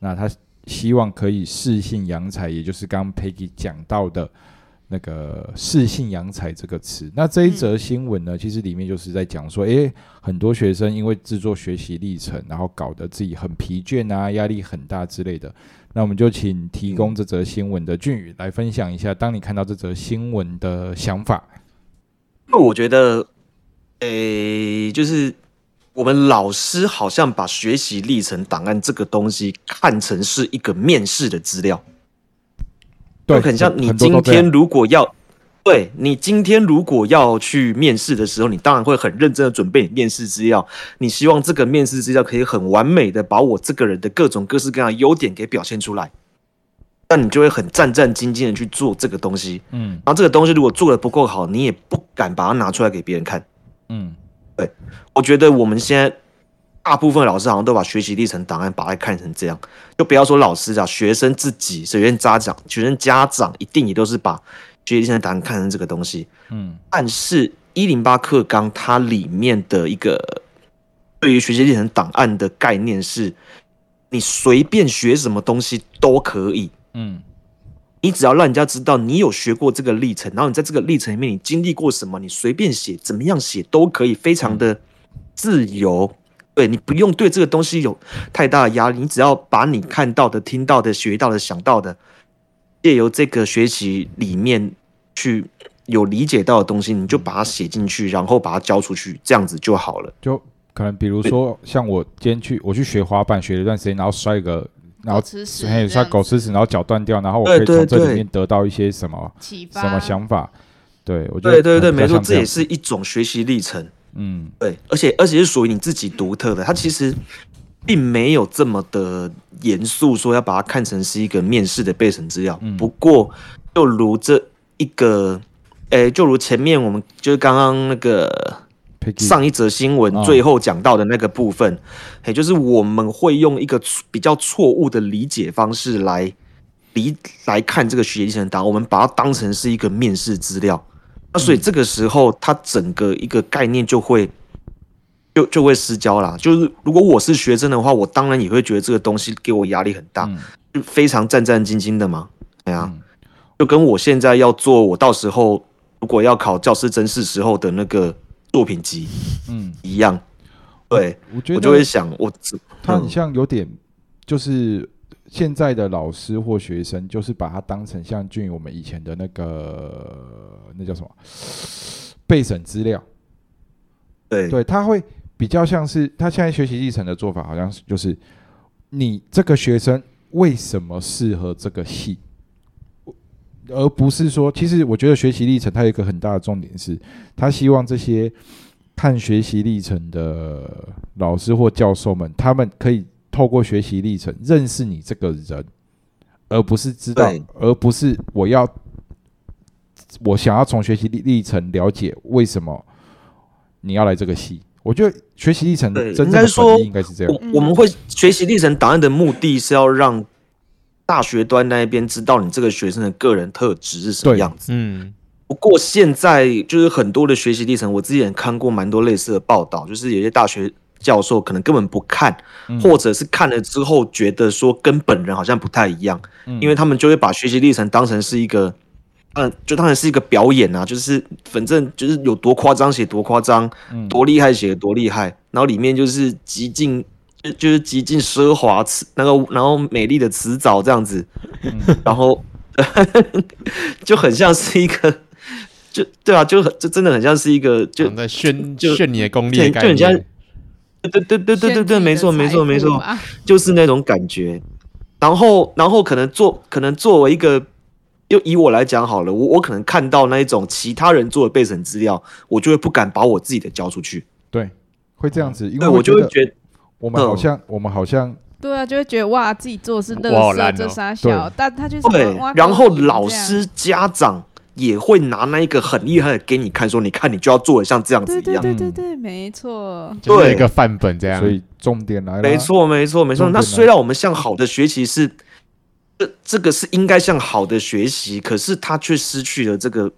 A: 那他希望可以适性扬才，也就是刚刚 Peggy 讲到的那个适性扬才这个词。那这一则新闻呢，其实里面就是在讲说，诶，很多学生因为制作学习历程，然后搞得自己很疲倦啊，压力很大之类的。那我们就请提供这则新闻的俊宇来分享一下，当你看到这则新闻的想法。
E: 因为我觉得，诶、就是我们老师好像把学习历程档案这个东西看成是一个面试的资料，
A: 对，
E: 就很像你
A: 很多
E: 今
A: 都啊这样
E: 天如果要，对你今天如果要去面试的时候，你当然会很认真的准备你面试资料，你希望这个面试资料可以很完美的把我这个人的各种各式各样的优点给表现出来，那你就会很战战兢兢的去做这个东西。
A: 嗯
E: 然后这个东西如果做的不够好，你也不敢把它拿出来给别人看。
A: 嗯
E: 我觉得我们现在大部分老师好像都把学习历程档案把它看成这样，就不要说老师啊，学生自己、学生家长、学生家长一定也都是把学习历程档案看成这个东西。
A: 嗯
E: 但是，一零八课纲它里面的一个对于学习历程档案的概念是，你随便学什么东西都可以。
A: 嗯
E: 你只要让人家知道你有学过这个历程，然后你在这个历程里面你经历过什么，你随便写怎么样写都可以，非常的自由。对你不用对这个东西有太大的压力，你只要把你看到的、听到的、学到的、想到的，借由这个学习里面去有理解到的东西，你就把它写进去，然后把它交出去，这样子就好了。
A: 就可能比如说，像我今天去我去学滑板学了一段时间，然后摔一个，然后
B: 狗吃屎
A: 嘿
B: 这
A: 摔
B: 样
A: 狗
B: 子
A: 吃屎，然后脚断掉，然后我
E: 对
A: 可以从
E: 对
A: 这里
E: 对
A: 面得到一些什么
B: 启发
A: 什么想法。对，我觉得
E: 对对对，
A: 可能比较
E: 没错，
A: 像
E: 这也
A: 样
E: 是一种学习历程。
A: 嗯
E: 对，而且而且是属于你自己独特的，它其实并没有这么的严肃，说要把它看成是一个面试的备审资料。
A: 嗯
E: 不过，就如这一个，诶、就如前面我们就是刚刚那个
A: Peggy
E: 上一则新闻
A: 嗯
E: 最后讲到的那个部分，也就是我们会用一个错比较错误的理解方式来理来看这个学习历程档案，我们把它当成是一个面试资料。那所以这个时候，它整个一个概念就会就就会失焦啦。就是如果我是学生的话，我当然也会觉得这个东西给我压力很大，
A: 嗯
E: 就非常战战兢兢的嘛。对啊，
A: 嗯
E: 就跟我现在要做，我到时候如果要考教师真试时候的那个作品集
A: 嗯，
E: 一样。
A: 哦
E: 对，
A: 我觉
E: 我
A: 得
E: 就会想，我只
A: 他很
E: 嗯
A: 像有点，就是现在的老师或学生，就是把他当成像俊宇我们以前的那个那叫什么备审资料，
E: 对
A: 对，他会比较像是他现在学习历程的做法，好像是就是你这个学生为什么适合这个系，而不是说，其实我觉得学习历程它有一个很大的重点是，他希望这些看学习历程的老师或教授们，他们可以透过学习历程认识你这个人，而不是知道
E: 对，
A: 而不是我要我想要从学习历历程了解为什么你要来这个系。我觉得学习历程
E: 对
A: 真正
E: 应
A: 的
E: 该说
A: 本意应该是这样，
E: 我我们会学习历程档案的目的是要让大学端那一边知道你这个学生的个人特质是什么
A: 对
E: 样子。
C: 嗯
E: 不过现在就是很多的学习历程，我之前看过蛮多类似的报道，就是有些大学教授可能根本不看，
A: 嗯
E: 或者是看了之后觉得说跟本人好像不太一样，
A: 嗯
E: 因为他们就会把学习历程当成是一个，嗯，就当然是一个表演啊，就是反正就是有多夸张写多夸张，
A: 嗯
E: 多厉害写得多厉害，然后里面就是极尽就就是极尽奢华辞那个然后美丽的辞藻这样子，
A: 嗯
E: 然后 就很像是一个，就对啊，就很就真的很像是一个就
A: 嗯
C: 想在炫
E: 就
C: 炫你的功力的
E: 就
C: 概
E: 很像
C: 念，
E: 对对对对对对，没错没错没错，
B: 啊
E: 就是那种感觉。然后，然后可能做，可能作为一个，又以我来讲好了，我我可能看到那一种其他人做的备审资料，我就会不敢把我自己的交出去，
A: 会这样子，因为
E: 对我
A: 觉
E: 就会
A: 得
E: 觉得，嗯
A: 我们好像我们好像
B: 对啊，就会觉得哇，自己做的是乐
C: 哇好
B: 色，
C: 烂哦
B: 这傻小，但他就是
E: 对
B: 挖。
E: 然后
B: 坑你
E: 老
B: 这样
E: 师、家长也会拿那一个很厉害的给你看，说你看你就要做的像这样子
B: 对
E: 一
B: 对
E: 样。
B: 对对对，没错，
C: 就是
E: 对
C: 一个范本这
B: 啊
C: 样
A: 所。以重点来了，
E: 没，错，没错，没错。
A: 重点
E: 那
A: 来
E: 虽然我们向好的学习是，这这个是应该向好的学习，可是它却失去了这个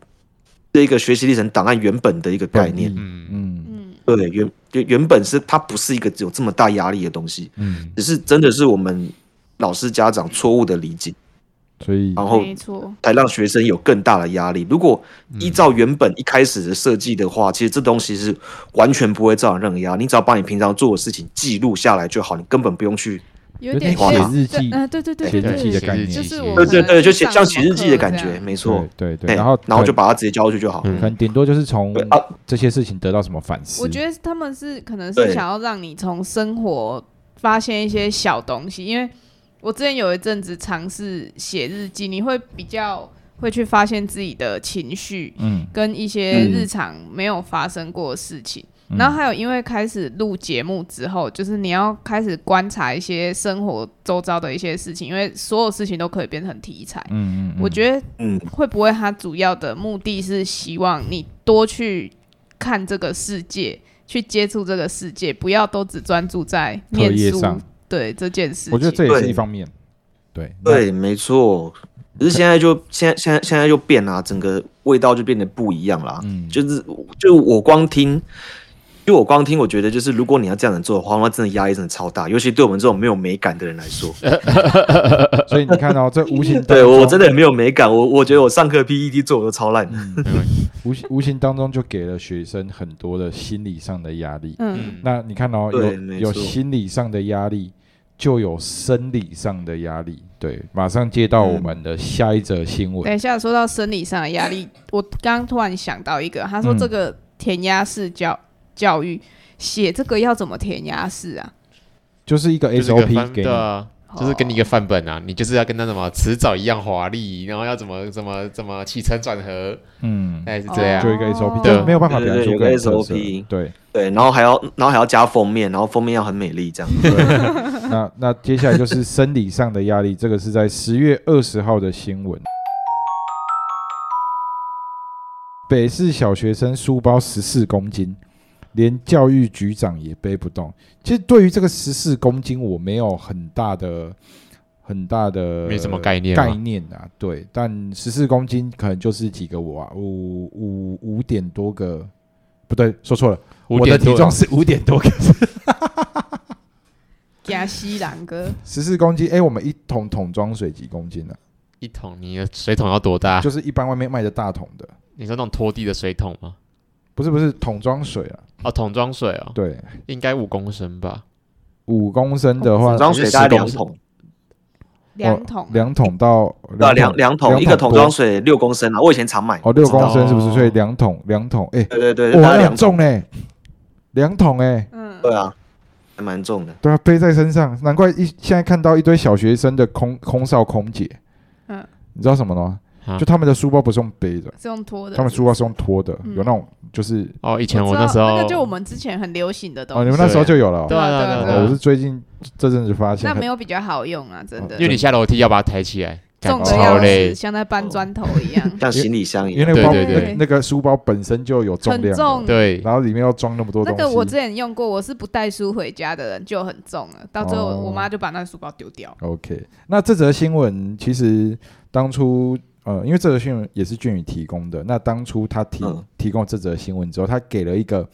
E: 这个学习历程档案原本的一个概念。
C: 嗯，
A: 嗯
B: 嗯，
E: 对，原原原本是它不是一个有这么大压力的东西，
A: 嗯，
E: 只是真的是我们老师家长错误的理解，
A: 所以
E: 然后
B: 没错，
E: 才让学生有更大的压力。如果依照原本一开始的设计的话，其实这东西是完全不会造成任何压力，你只要把你平常做的事情记录下来就好，你根本不用去。
B: 有
A: 有
B: 点
A: 点
E: 像
B: 类
A: 写
B: 似
A: 日记，
B: 嗯，对对对
A: 写
B: 对
A: 日记的
B: 对，
A: 感觉，
C: 对
B: 就是我
E: 对
B: 们
E: 对对，就写
B: 上
E: 像
B: 什
E: 写
B: 么
E: 日记的
B: 课
E: 感
B: 这
E: 觉，
B: 样
E: 没错
A: 对。对对，
E: 哎
A: 然后
E: 然后就
A: 可能
E: 把它直接交出去就好。
C: 嗯
A: 可能顶多就是从
E: 对啊
A: 这些事情得到什么反思。
B: 我觉得他们是可能是
E: 对
B: 想要让你从生活发现一些小东西，因为我之前有一阵子尝试写日记，你会比较会去发现自己的情绪
A: 嗯，
B: 跟一些日常没有发生过的事情。
A: 嗯
B: 然后还有，因为开始录节目之后，就是你要开始观察一些生活周遭的一些事情，因为所有事情都可以变成题材。
A: 嗯嗯，
B: 我觉得
E: 嗯，
B: 会不会他主要的目的是希望你多去看这个世界，去接触这个世界，不要都只专注在念
A: 课业
B: 书
A: 上
B: 对这件事情。
A: 我觉得这也是
E: 对
A: 一方面，对
E: 对，没错。可是现在就现在现在现在就变啦、整个味道就变得不一样啦。
A: 那嗯，
E: 就是就我光听，就我光听，我觉得就是如果你要这样子做的话，那真的压力真的超大，尤其对我们这种没有美感的人来说。
A: 所以你看到这无形呃当中，
E: 对我真的没有美感，我我觉得我上课 PET 做的都超烂 的。
A: 嗯无形无形当中就给了学生很多的心理上的压力。
B: 嗯，
C: 嗯，
A: 那你看哦，有
E: 对没
A: 有
E: 错
A: 心理上的压力，就有生理上的压力。对，马上接到
E: 嗯
A: 我们的下一则新闻。
B: 等一下说到生理上的压 力，我刚刚突然想到一个，他说
A: 嗯
B: 这个填鸭式教教育，写这个要怎么填鸭式啊？
A: 就是一个
C: 就是一个
A: SOP
C: 范
A: 给
C: 对
A: 你，
C: 啊，就是给你一
B: 哦
C: 个范本啊，你就是要跟他什么迟早一样华丽，然后要怎么怎么怎么起承转合，哎
A: 嗯，
C: 大概是这样
A: 就一个
B: 哦
A: SOP，
C: 啊对
A: 就没有办法
E: 对
A: 表
E: 对
A: 现出
E: 有
A: 个
E: 个
A: 人特色
E: SOP
A: 对，
E: 对，然后还要然后还要加封面，然后封面要很美丽这样。
A: 嗯那那接下来就是生理上的压力，这个是在十月二十号的新闻。北市小学生书包十四公斤，连教育局长也背不动。其实对于这个十四公斤，我没有很大的、很大的
C: 没什么概念嘛
A: 概念啊。对，但十四公斤可能就是几个我啊，五五五点多个，不对，说错了，
C: 五
A: 我的
C: 点
A: 体
C: 多
A: 重是五点多个，
B: 加西兰哥，
A: 十四公斤。哎，我们一桶桶装水几公斤呢、啊
C: 一桶，你的水桶要多大？
A: 就是一般外面卖的大桶的，
C: 你说那种拖地的水桶吗？
A: 不是不是桶装水啊，
C: 哦，桶装水哦，
A: 对，
C: 应该五公升吧？
A: 五公升的话
E: 整，装水大概两
C: 十公
E: 桶，
B: 两桶
A: 两桶到
E: 对啊，两两桶，一个桶
A: 多
E: 装水六公升啊，我以前常买。
A: 哦，六公升是不是？
C: 哦
A: 所以两桶两桶，哎，
E: 对对对，
A: 哇，
E: 大概
A: 那
E: 两
A: 很重嘞，两桶哎，
B: 嗯，
E: 对啊，还蛮重的。，
A: 对啊，背在身上，难怪一现在看到一堆小学生的空空少空姐，
B: 嗯，
A: 你知道什么呢
C: 啊？
A: 就他们的书包不是用背的，
B: 是用拖的。
A: 他们书包是用拖的，
B: 嗯
A: 有那种就是
C: 哦，以前
B: 我
C: 我
B: 知道
C: 那时候
B: 那个就我们之前很流行的东
A: 哦，你
B: 西
A: 们，那时候就有了哦，
C: 对啊对啊
B: 对啊
C: 对
A: 哦
C: 啊
A: 我是最近这阵子发现
B: 那，没有比较好用啊，真的
A: 嗯
C: 因为。你下楼梯要把它抬起来，感
B: 重
A: 得
B: 的
C: 超
B: 要
C: 累
B: 死，，像在搬砖头一样
A: 哦
E: 像行李箱一
A: 因为
E: 样
A: 那。个包
C: 对对
A: 那
B: 对
A: 那个书包本身就有重
B: 很
A: 量的，
B: 重。
C: 对，
A: 然后里面要装那么多
B: 那
A: 东西。
B: 个我之前用过，我是不带书回家的人，就很重了。到最后，
A: 哦
B: 我妈就把那个书包丢掉。
A: OK，那这则新闻其实当初呃，因为这则新闻也是俊宇提供的，那当初他提、
E: 嗯
A: 提供这则新闻之后，他给了一个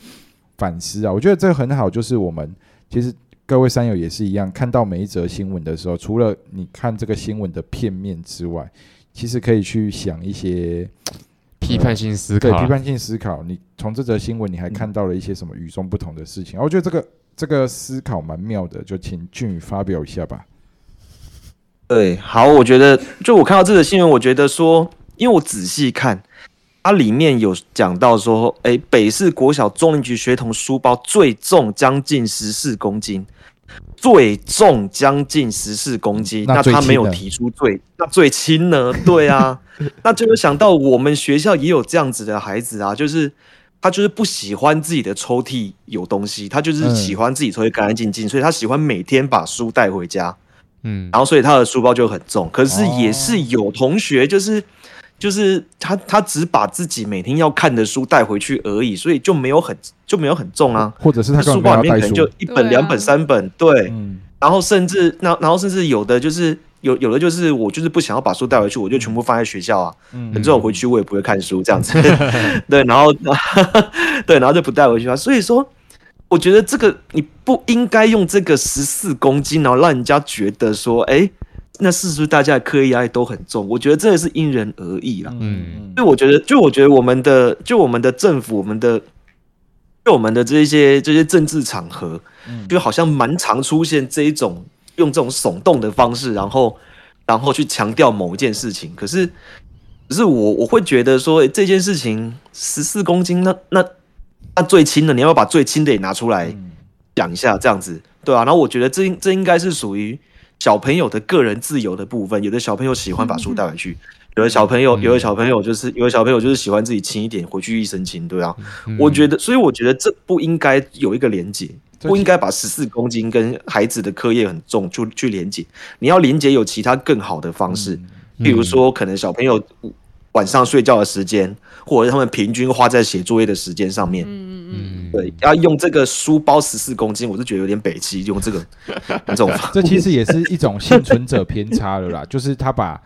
A: 反思啊，我觉得这很好，就是我们其实各位山友也是一样，看到每一则新闻的时候，除了你看这个新闻的片面之外，其实可以去想一些
C: 批判性思
A: 对
C: 考
A: 批
C: 啊，
A: 判性思考。你从这则新闻，你还看到了一些什么与众不同的事情？啊我觉得这个这个思考蛮妙的，就请俊宇发表一下吧。
E: 对，好，我觉得就我看到这个新闻，我觉得说，因为我仔细看，它里面有讲到说，哎，北市国小中林局学童书包最重将近十四公斤，最重将近十四公斤，
A: 那
E: 那
A: 最
E: 他
A: 轻
E: 没有
A: 的
E: 提出最，那最 轻呢？对啊，那就有想到我们学校也有这样子的孩子啊，就是。他就是不喜欢自己的抽屉有东西，他就是
A: 嗯
E: 喜欢自己抽屉干干净净，所以他喜欢每天把书带回家。
C: 嗯，
E: 然后所以他的书包就很重。可是
A: 哦
E: 也是有同学就是、就是他他只把自己每天要看的书带回去而已，所以就没有很就没有很重啊。
A: 或哦者是他根
E: 书
A: 本没
E: 包
A: 有
E: 里面
A: 带嗯
E: 可能
A: 书，
E: 就一
B: 对
E: 本、
B: 啊
E: 两本、三本，对。
A: 嗯，
E: 然后甚至那然后甚至有的就是有有的就是我就是不想要把书带回去，我就全部放在学校啊。
A: 嗯
E: 反正我回去我也不会看书这样子， 对，然后 对，然后就不带回去啊。所以说，我觉得这个你不应该用这个十四公斤，然后让人家觉得说，哎，那是不是大家的课业压力都很重？我觉得这个是因人而异啦。
A: 嗯
E: 所以我觉得，就我觉得我们的，就我们的政府，我们的，就我们的这些这些政治场合，
A: 嗯
E: 就好像蛮常出现这一种用这种耸动的方式，然后然后去强调某一件事情。可是，可是我我会觉得说、诶这件事情十四公斤，那那那最轻的，你要不要把最轻的也拿出来
A: 嗯
E: 讲一下？这样子，对啊。然后我觉得这这应该是属于小朋友的个人自由的部分。有的小朋友喜欢把书带回去。有的小朋友，
C: 嗯
E: 有的小朋友就是有的小朋友就是喜欢自己轻一点，回去一身轻，对啊。
C: 嗯
E: 我觉得，所以我觉得这不应该有一个连接，
A: 这
E: 不应该把十四公斤跟孩子的课业很重就去连接。你要连接有其他更好的
C: 嗯
E: 方
A: 嗯
E: 式，比如说可能小朋友晚上睡觉的时间，或者他们平均花在写作业的时间上面。
B: 嗯嗯
C: 嗯，
E: 对，要用这个书包十四公斤，我是觉得有点北齐，用这个用这种方
A: 这其实也是一种幸存者偏差 了啦，就是他把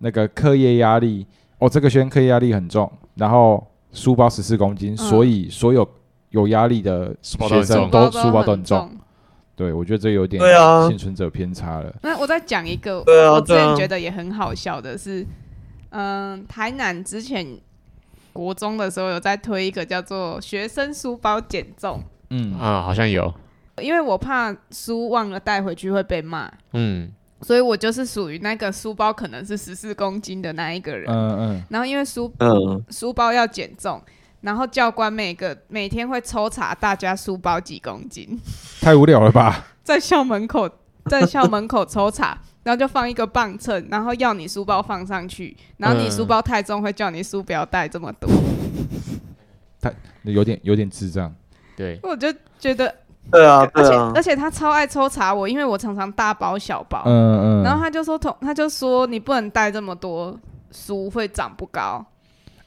A: 那个课业压力，哦，这个学生课业压力很重，然后书包十四公斤，
B: 嗯
A: 所以所有有压力的
C: 包都
A: 学
C: 很
A: 生
C: 重
A: 都
B: 包
A: 书包都很
B: 很
A: 重。。对，我觉得这有点
E: 对啊
A: 幸存者偏差了。
B: 那我再讲一个，
E: 对啊
B: 我之
E: 对
B: 前
E: 啊
B: 觉得也很好笑的是，嗯，台南之前国中的时候有在推一个叫做“学生书包减重
A: 嗯，
C: 啊，好像有，”，
B: 因为我怕书忘了带回去会被骂，
C: 嗯
B: 所以我就是属于那个书包可能是十四公斤的那一个人。
A: 嗯嗯，
B: 然后因为书
E: 嗯，
B: 书包要减重，然后教官每个每天会抽查大家书包几公斤，
A: 太无聊了吧？
B: 在校门口 在校门口抽查，然后就放一个磅秤，然后要你书包放上去，然后你
C: 嗯
B: 书包太重会叫你书不要带这么多，
A: 有点有点智障。
C: 对，
B: 我就觉得，
E: 对啊，
B: 而
E: 对
B: 且、
E: 啊
B: 而，且他超爱抽查我，因为我常常大包小包，
A: 嗯嗯，
B: 然后他就说同他就说你不能带这么多书会长不高，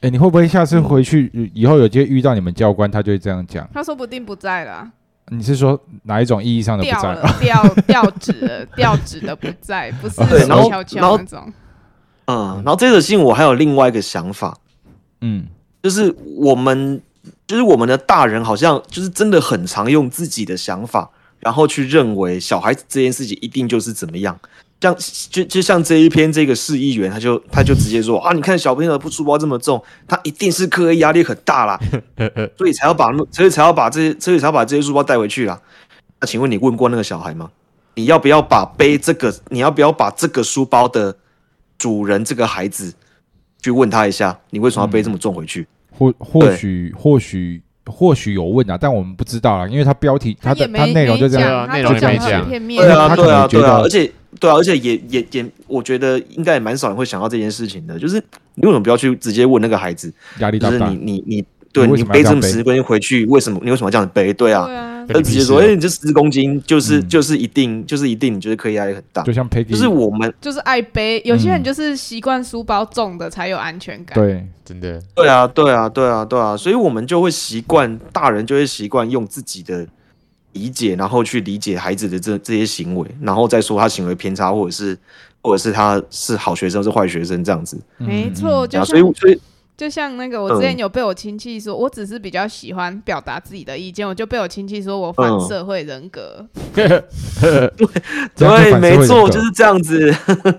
A: 哎，你会不会下次回去以后有机会遇到你们教官，他就会这样讲？
B: 他说不定不在了啊、
A: 你是说哪一种意义上的不
B: 掉
A: 在？
B: 了，掉掉纸了， 掉纸的不在，不是
A: 对然
E: 后
B: 悄悄
E: 然后
B: 那种。
E: 嗯，然后这则新闻我还有另外一个想法，
A: 嗯，
E: 就是我们，就是我们的大人，好像就是真的很常用自己的想法，然后去认为小孩子这件事情一定就是怎么样。像就就像这一篇这个市议员，他就他就直接说啊，你看小朋友不书包这么重，他一定是课业压力很大啦，所以才要把那所以才要把这些所以才要把这些书包带回去啦。那请问你问过那个小孩吗？你要不要把背这个？你要不要把这个书包的主人这个孩子去问他一下，你为什么要背这么重回去？
A: 或或
E: 对
A: 许或许或许有问啊，但我们不知道啦，因为他标题他
B: 也
A: 的
B: 没
A: 他内容就这
B: 没
A: 样。
B: 讲，
C: 对啊内
B: 他
C: 容
B: 就
C: 也没
B: 讲
C: 讲
B: 很片面。
E: 对啊，
A: 他可
E: 对啊，
A: 能觉得
E: 对啊，而且对啊，而且也也也，我觉得应该也蛮少人会想到这件事情的，就是你为什么不要去直接问那个孩子，
A: 压力
E: 就
A: 大不
E: 是
A: 大
E: 你？你你，对
A: 你为
E: 你
A: 什么
E: 背
A: 要这
E: 这
A: 样
E: 么
A: 背
E: 十公斤回去，为什么你为什么要这样背？对啊，
B: 对啊，
E: 他直接说，
C: 跟
E: 哎、
C: 你
E: 你这十公斤就是
A: 嗯
E: 就是一定就是一定，你就是课业压力很大
A: 就，像 Peggy，
E: 就是我们
B: 就是爱背。有些人
A: 嗯
B: 就是习惯书包重的才有安全感。
A: 对，
C: 真的，
E: 对啊，对啊，对啊，对啊，所以我们就会习惯，大人就会习惯用自己的理解，然后去理解孩子的这这些行为，然后再说他行为偏差，或者是或者是他是好学生是坏学生这样子。
C: 嗯
A: 嗯
B: 没 错，
E: 对
B: 就
E: 啊，所以
B: 像
E: 所以
B: 就像那个，我之前有被我亲戚说，我只是比较喜欢表达自己的意见，我就被我亲戚说我反
E: 嗯
B: 社会人格。
A: 这样就反
E: 对，
A: 社会
E: 没
A: 人
E: 错，
A: 格
E: 就是这样子。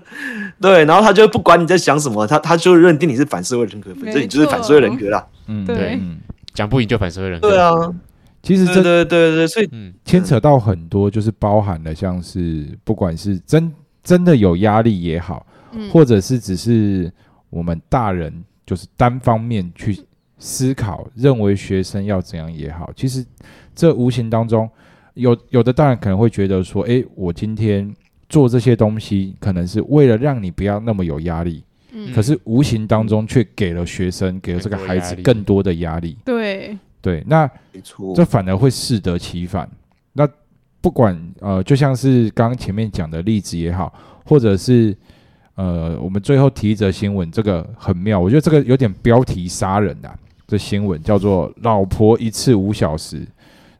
E: 对，然后他就不管你在想什么，他他就认定你是反社会人格，反正你就是反社会人格啦。
A: 嗯
B: 对
A: 嗯，
C: 讲不赢就反社会人格，
E: 对啊，
A: 其实
E: 对对
A: 这
E: 对对对，所以
C: 嗯，
A: 牵扯到很多，就是包含了像是不管是真真的有压力也好，
B: 嗯，
A: 或者是只是我们大人就是单方面去思考，认为学生要怎样也好，其实这无形当中，有有的大人可能会觉得说，诶，我今天做这些东西，可能是为了让你不要那么有压力，
B: 嗯
A: 可是无形当中却给了学生，给了这个孩子更
C: 更多压力
A: 多的压力。
B: 对，
A: 对，那
E: 没错
A: 这反而会适得其反。那不管呃，就像是刚刚前面讲的例子也好，或者是呃，我们最后提一则新闻，这个很妙，我觉得这个有点标题杀人啊。这新闻叫做“老婆一次五小时”，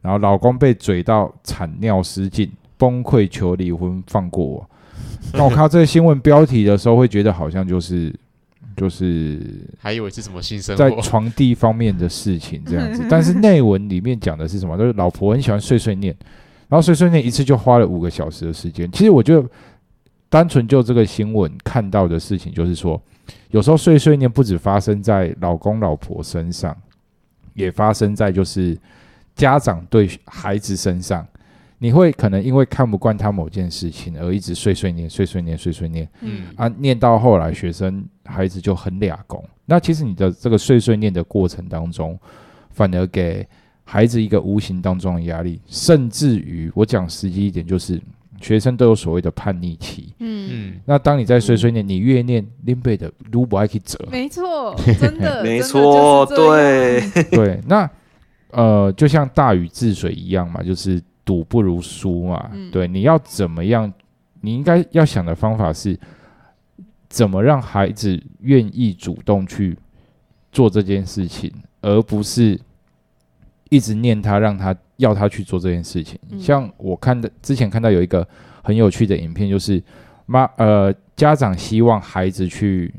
A: 然后老公被嘴到惨尿失禁，崩溃求离婚，放过我。那我看到这个新闻标题的时候，会觉得好像就是就是
C: 还以为是什么新生
A: 在
C: 活，嗯
A: 床地方面的事情这样子，但是内文里面讲的是什么？就是老婆很喜欢碎碎念，然后碎碎念一次就花了五个小时的时间。其实我觉得，单纯就这个新闻看到的事情，就是说，有时候碎碎念不止发生在老公老婆身上，也发生在就是家长对孩子身上。你会可能因为看不惯他某件事情而一直碎碎念、碎碎念、碎碎念，
B: 嗯
C: 嗯，
A: 啊，念到后来，学生孩子就很俩工。那其实你的这个碎碎念的过程当中，反而给孩子一个无形当中的压力，甚至于我讲实际一点，就是学生都有所谓的叛逆期。
B: 嗯，
C: 嗯，
A: 那当你在碎碎念，你越念林北的卢不爱去折，
B: 没错，真的，
E: 没错，
B: 呃真的就是这
E: 对
B: 样，，啊
A: 对，那呃，就像大禹治水一样嘛，就是赌不如输嘛。
B: 嗯
A: 对，你要怎么样？你应该要想的方法是，怎么让孩子愿意主动去做这件事情，而不是一直念他，让他要他去做这件事情。
B: 嗯
A: 像我看的之前看到有一个很有趣的影片，就是妈呃家长希望孩子去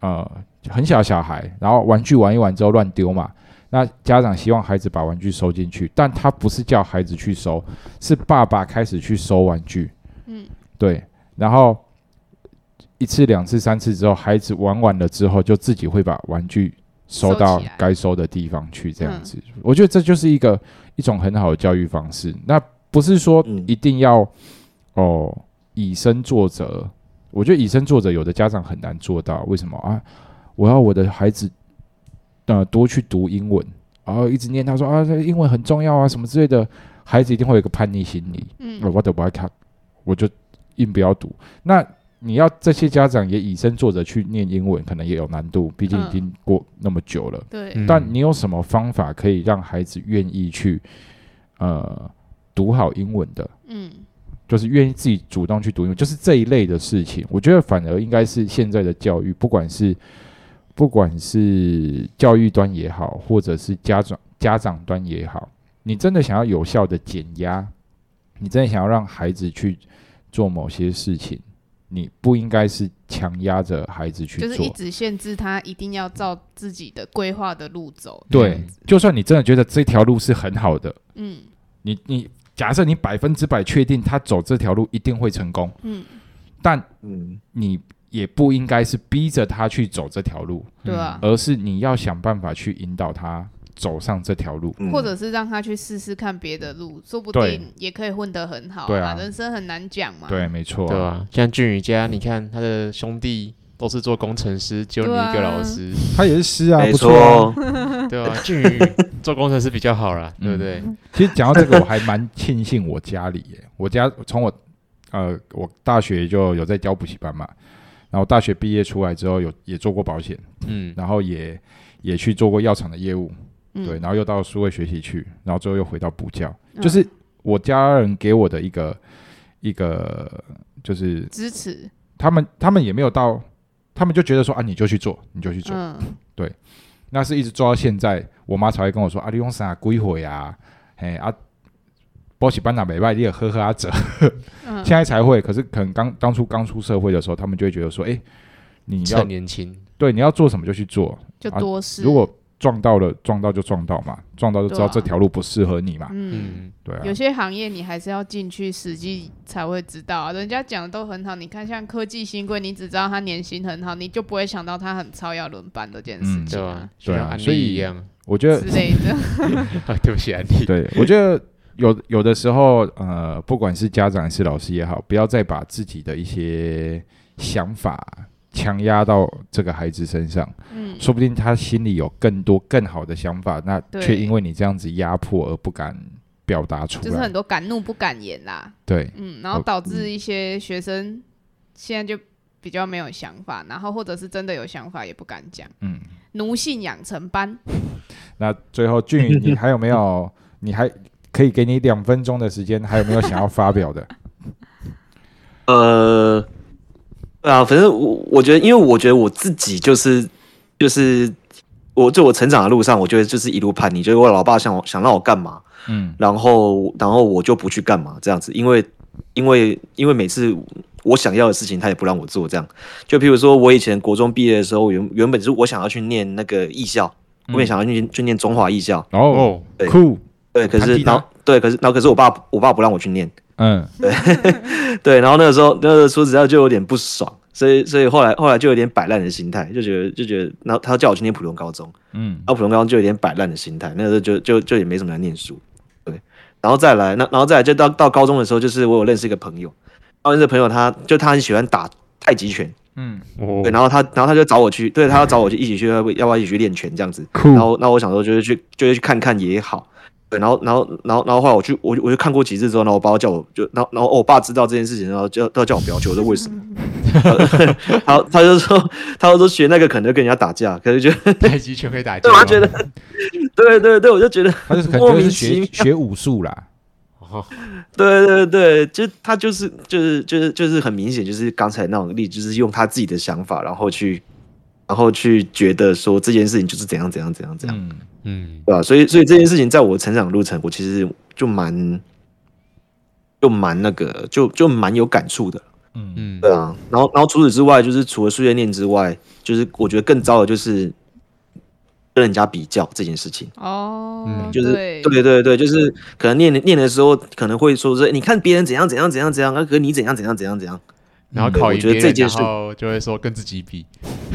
A: 呃很小的小孩，然后玩具玩一玩之后乱丢嘛。那家长希望孩子把玩具收进去，但他不是叫孩子去收，是爸爸开始去收玩具。
B: 嗯，
A: 对，然后一次、两次、三次之后，孩子玩完了之后，就自己会把玩具收
B: 收
A: 到
B: 起来嗯
A: 该收的地方去，这样子。我觉得这就是一个一种很好的教育方式。那不是说
E: 嗯
A: 一定要、哦以身作则，我觉得以身作则有的家长很难做到。为什么啊？我要我的孩子呃多去读英文，然后一直念他说啊，这英文很重要啊，什么之类的，孩子一定会有一个叛逆心理。呃
B: 嗯，
A: 我都不爱看，我就硬不要读。那你要这些家长也以身作则去念英文，可能也有难度，毕竟已
B: 嗯
A: 经过那么久了。
B: 对，
C: 嗯
A: 但你有什么方法可以让孩子愿意去呃读好英文的？
B: 嗯，
A: 就是愿意自己主动去读英文，就是这一类的事情，我觉得反而应该是现在的教育，不管是不管是教育端也好，或者是家长家长端也好，你真的想要有效的减压，你真的想要让孩子去做某些事情，你不应该是强压着孩子去
B: 就是
A: 做
B: 一。直限制他一定要照自己的规划的路走，
A: 对，就算你真的觉得这条路是很好的，
B: 嗯
A: 你你假设你百分之百确定他走这条路一定会成功，
B: 嗯，
A: 但
E: 嗯，
A: 你也不应该是逼着他去走这条路，
B: 对啊，
C: 嗯
A: 而是你要想办法去引导他走上这条路。
E: 嗯
B: 或者是让他去试试看别的路，说不
A: 对
B: 定也可以混得很好
A: 对啊
B: 人生很难讲嘛，
A: 对，没错，啊
C: 对啊吧？像俊宇家，你看他的兄弟都是做工程师，只有你一
B: 对
C: 个
B: 啊
C: 老师，
A: 他也是诗啊，
E: 没
A: 不错啊。
E: 错，
C: 对吧？俊宇做工程师比较好啦，对不对？
A: 其实讲到这个，我还蛮庆幸我家里耶， 我家从我呃，我大学就有在教补习班嘛，然后大学毕业出来之后有也做过保险，
C: 嗯，
A: 然后也也去做过药厂的业务，
B: 嗯
A: 对，然后又到数位学习去，然后最后又回到补教，
B: 嗯
A: 就是我家人给我的一个一个就是
B: 支持，
A: 他们他们也没有到，他们就觉得说啊，你就去做，你就去做。
B: 嗯，
A: 那是一直做到现在，我妈才会跟我说啊，你用啥归回啊？嘿啊，波喜班纳美拜，你也呵呵啊折。
B: 嗯
A: 现在才会，可是可能刚当初刚出社会的时候，他们就会觉得说，哎、你要
C: 趁年轻，
A: 对你要做什么就去做，
B: 就
A: 啊
B: 多试，
A: 如果撞到了撞到就撞到嘛，撞到就知道
B: 对啊
A: 这条路不适合你嘛，
B: 嗯。
C: 嗯，
A: 对啊
B: 有，些行业你还是要进去实际才会知道啊，人家讲的都很好。你看，像科技新贵，你只知道他年薪很好，你就不会想到他很超要轮班这件事
A: 嗯啊
B: 情
C: 对
B: 啊
C: 吧。？
A: 对
C: 就
A: 啊
C: 像安
A: 所以
C: 利一样，
A: 我我觉得
B: 之类的。
C: 对不起，安迪。
A: 对，我觉得有有的时候，呃，不管是家长还是老师也好，不要再把自己的一些想法强压到这个孩子身上，
B: 嗯，
A: 说不定他心里有更多更好的想法，那
B: 对
A: 却因为你这样子压迫而不敢表达出
B: 就是
A: 来
B: 很。多敢怒不敢言啦。
A: 对，
B: 嗯，然后
A: 好
B: 导致一些学生现在就比较没有想法，然后或者是真的有想法也不敢讲。
A: 嗯，
B: 奴性养成班，
A: 那最后俊宇，你还有没 有？你还可以给你两分钟的时间，还有没有想要发表的？
E: 呃，啊，反正我我觉得，因为我觉得我自己就是就是我在我成长的路上，我觉得就是一路叛逆，就是我老爸想我想让我干嘛，
A: 嗯
E: 然后然后我就不去干嘛这样子，因为因为因为每次我想要的事情他也不让我做，这样就譬如说我以前国中毕业的时候，原原本是我想要去念那个艺校，
A: 嗯
E: 我也想要去去念中华艺校，
A: 然后
C: 哦，
E: 对
A: 酷，
E: 对，可是
A: 弹吉他
E: 然后对，可是然后可是我爸我爸不让我去念，
A: 嗯
E: 对，然后那个时候，那个说实在就有点不爽，所以所以后来后来就有点摆烂的心态，就觉得就觉得，然后他叫我去念普通高中，
A: 嗯
E: 然后普通高中就有点摆烂的心态，那个时候就就就也没什么来念书，对，然后再来，那然后再来就到到高中的时候，就是我有认识一个朋友，然后那个朋友他就他很喜欢打太极拳，
A: 嗯，
C: 哦
E: 对，，啊然后他然后他就找我去，对他要找我去一起去要不要不要一起去练拳这样子，
A: 酷
E: 然，后那我想说就是去就是去看看也好，对，然后然后然后然后后来我去我就我就看过几次之后，然后我爸叫我就然后然后我爸知道这件事情，然后就要叫我不要去，我说为什么？ 然后他就说他就说学那个可能就跟人家打架，可是就
C: 太极拳可以打架
E: 对，啊
C: 吗。
E: 我就觉得对对对，我就觉得
A: 他就是可能
E: 莫
A: 就是
E: 名其
A: 学
E: 妙
A: 学武术啦，
C: 哦，
E: 对对对，就他就是就是就是就是很明显就是刚才那种例子，就是用他自己的想法，然后去然后去觉得说这件事情就是怎啊样怎样怎样怎样。
A: 嗯。
C: 嗯，
E: 对吧、所以，所以这件事情在我成长路程，我其实就蛮，就蛮那个，就就蛮有感触的，
A: 嗯
C: 嗯
E: 对啊。然后，然后除此之外，就是除了碎碎念之外，就是我觉得更糟的就是跟人家比较这件事情，
B: 哦，
C: 嗯
E: 就是
B: 对
E: 对对对，就是可能念念的时候，可能会说是哎你看别人怎样怎样怎样怎样，啊，可是你怎样怎样怎样怎样，
C: 然后考
E: 我
C: 赢
E: 觉得
C: 别
E: 这
C: 人，
E: 件
C: 然
E: 事
C: 后就会说跟自己比，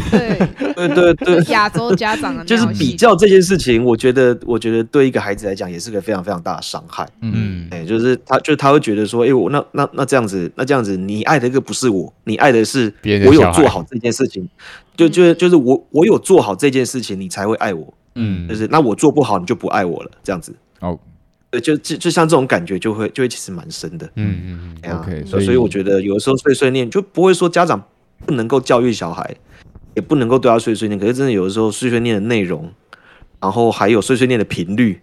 B: 对，
E: 对对 对。
B: 亚洲家长的
E: 就是
B: 尿性
E: 比较这件事情，我觉得，我觉得对一个孩子来讲，也是个非常非常大的伤害。
A: 嗯
C: 嗯，
E: 哎、就是他，就是他会觉得说，哎、我那那那这样子，那这样子，你爱的一个不是我，你爱的是
C: 别人的
E: 我有
C: 小孩
E: 做好这件事情，就就就是我我有做好这件事情，你才会爱我，
C: 嗯，
E: 就是那我做不好，你就不爱我了，这样子。
A: 哦
E: 对，就就就像这种感觉，就会就会其实蛮深的。
C: 嗯嗯
E: 哎呀
A: OK，所
E: 所
A: 以
E: 以我觉得有的时候碎碎念就不会说家长不能够教育小孩，也不能够对他碎碎念，可是真的有的时候碎碎念的内容，然后还有碎碎念的频率，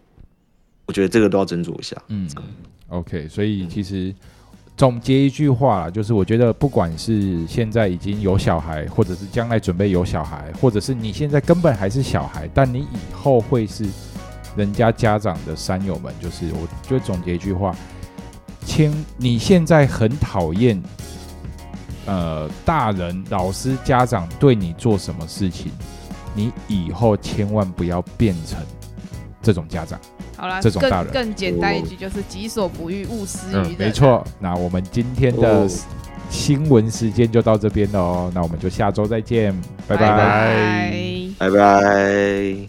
E: 我觉得这个都要斟酌一下。
A: 嗯，OK，所以其实总结一句话啦，就是我觉得不管是现在已经有小孩，或者是将来准备有小孩，或者是你现在根本还是小孩，但你以后会是人家家长的山友们，就是我就总结一句话：，千你现在很讨厌。呃，大人、老师、家长对你做什么事情，你以后千万不要变成这种家长。
B: 好啦，
A: 这种大
B: 更
A: 人
B: 更简单一句就是己所不欲，勿施于人。
A: 没，错，那我们今天的
E: 哦
A: 新闻时间就到这边了哦，那我们就下周再见，拜
B: 拜
A: 拜
B: 拜
E: 拜拜。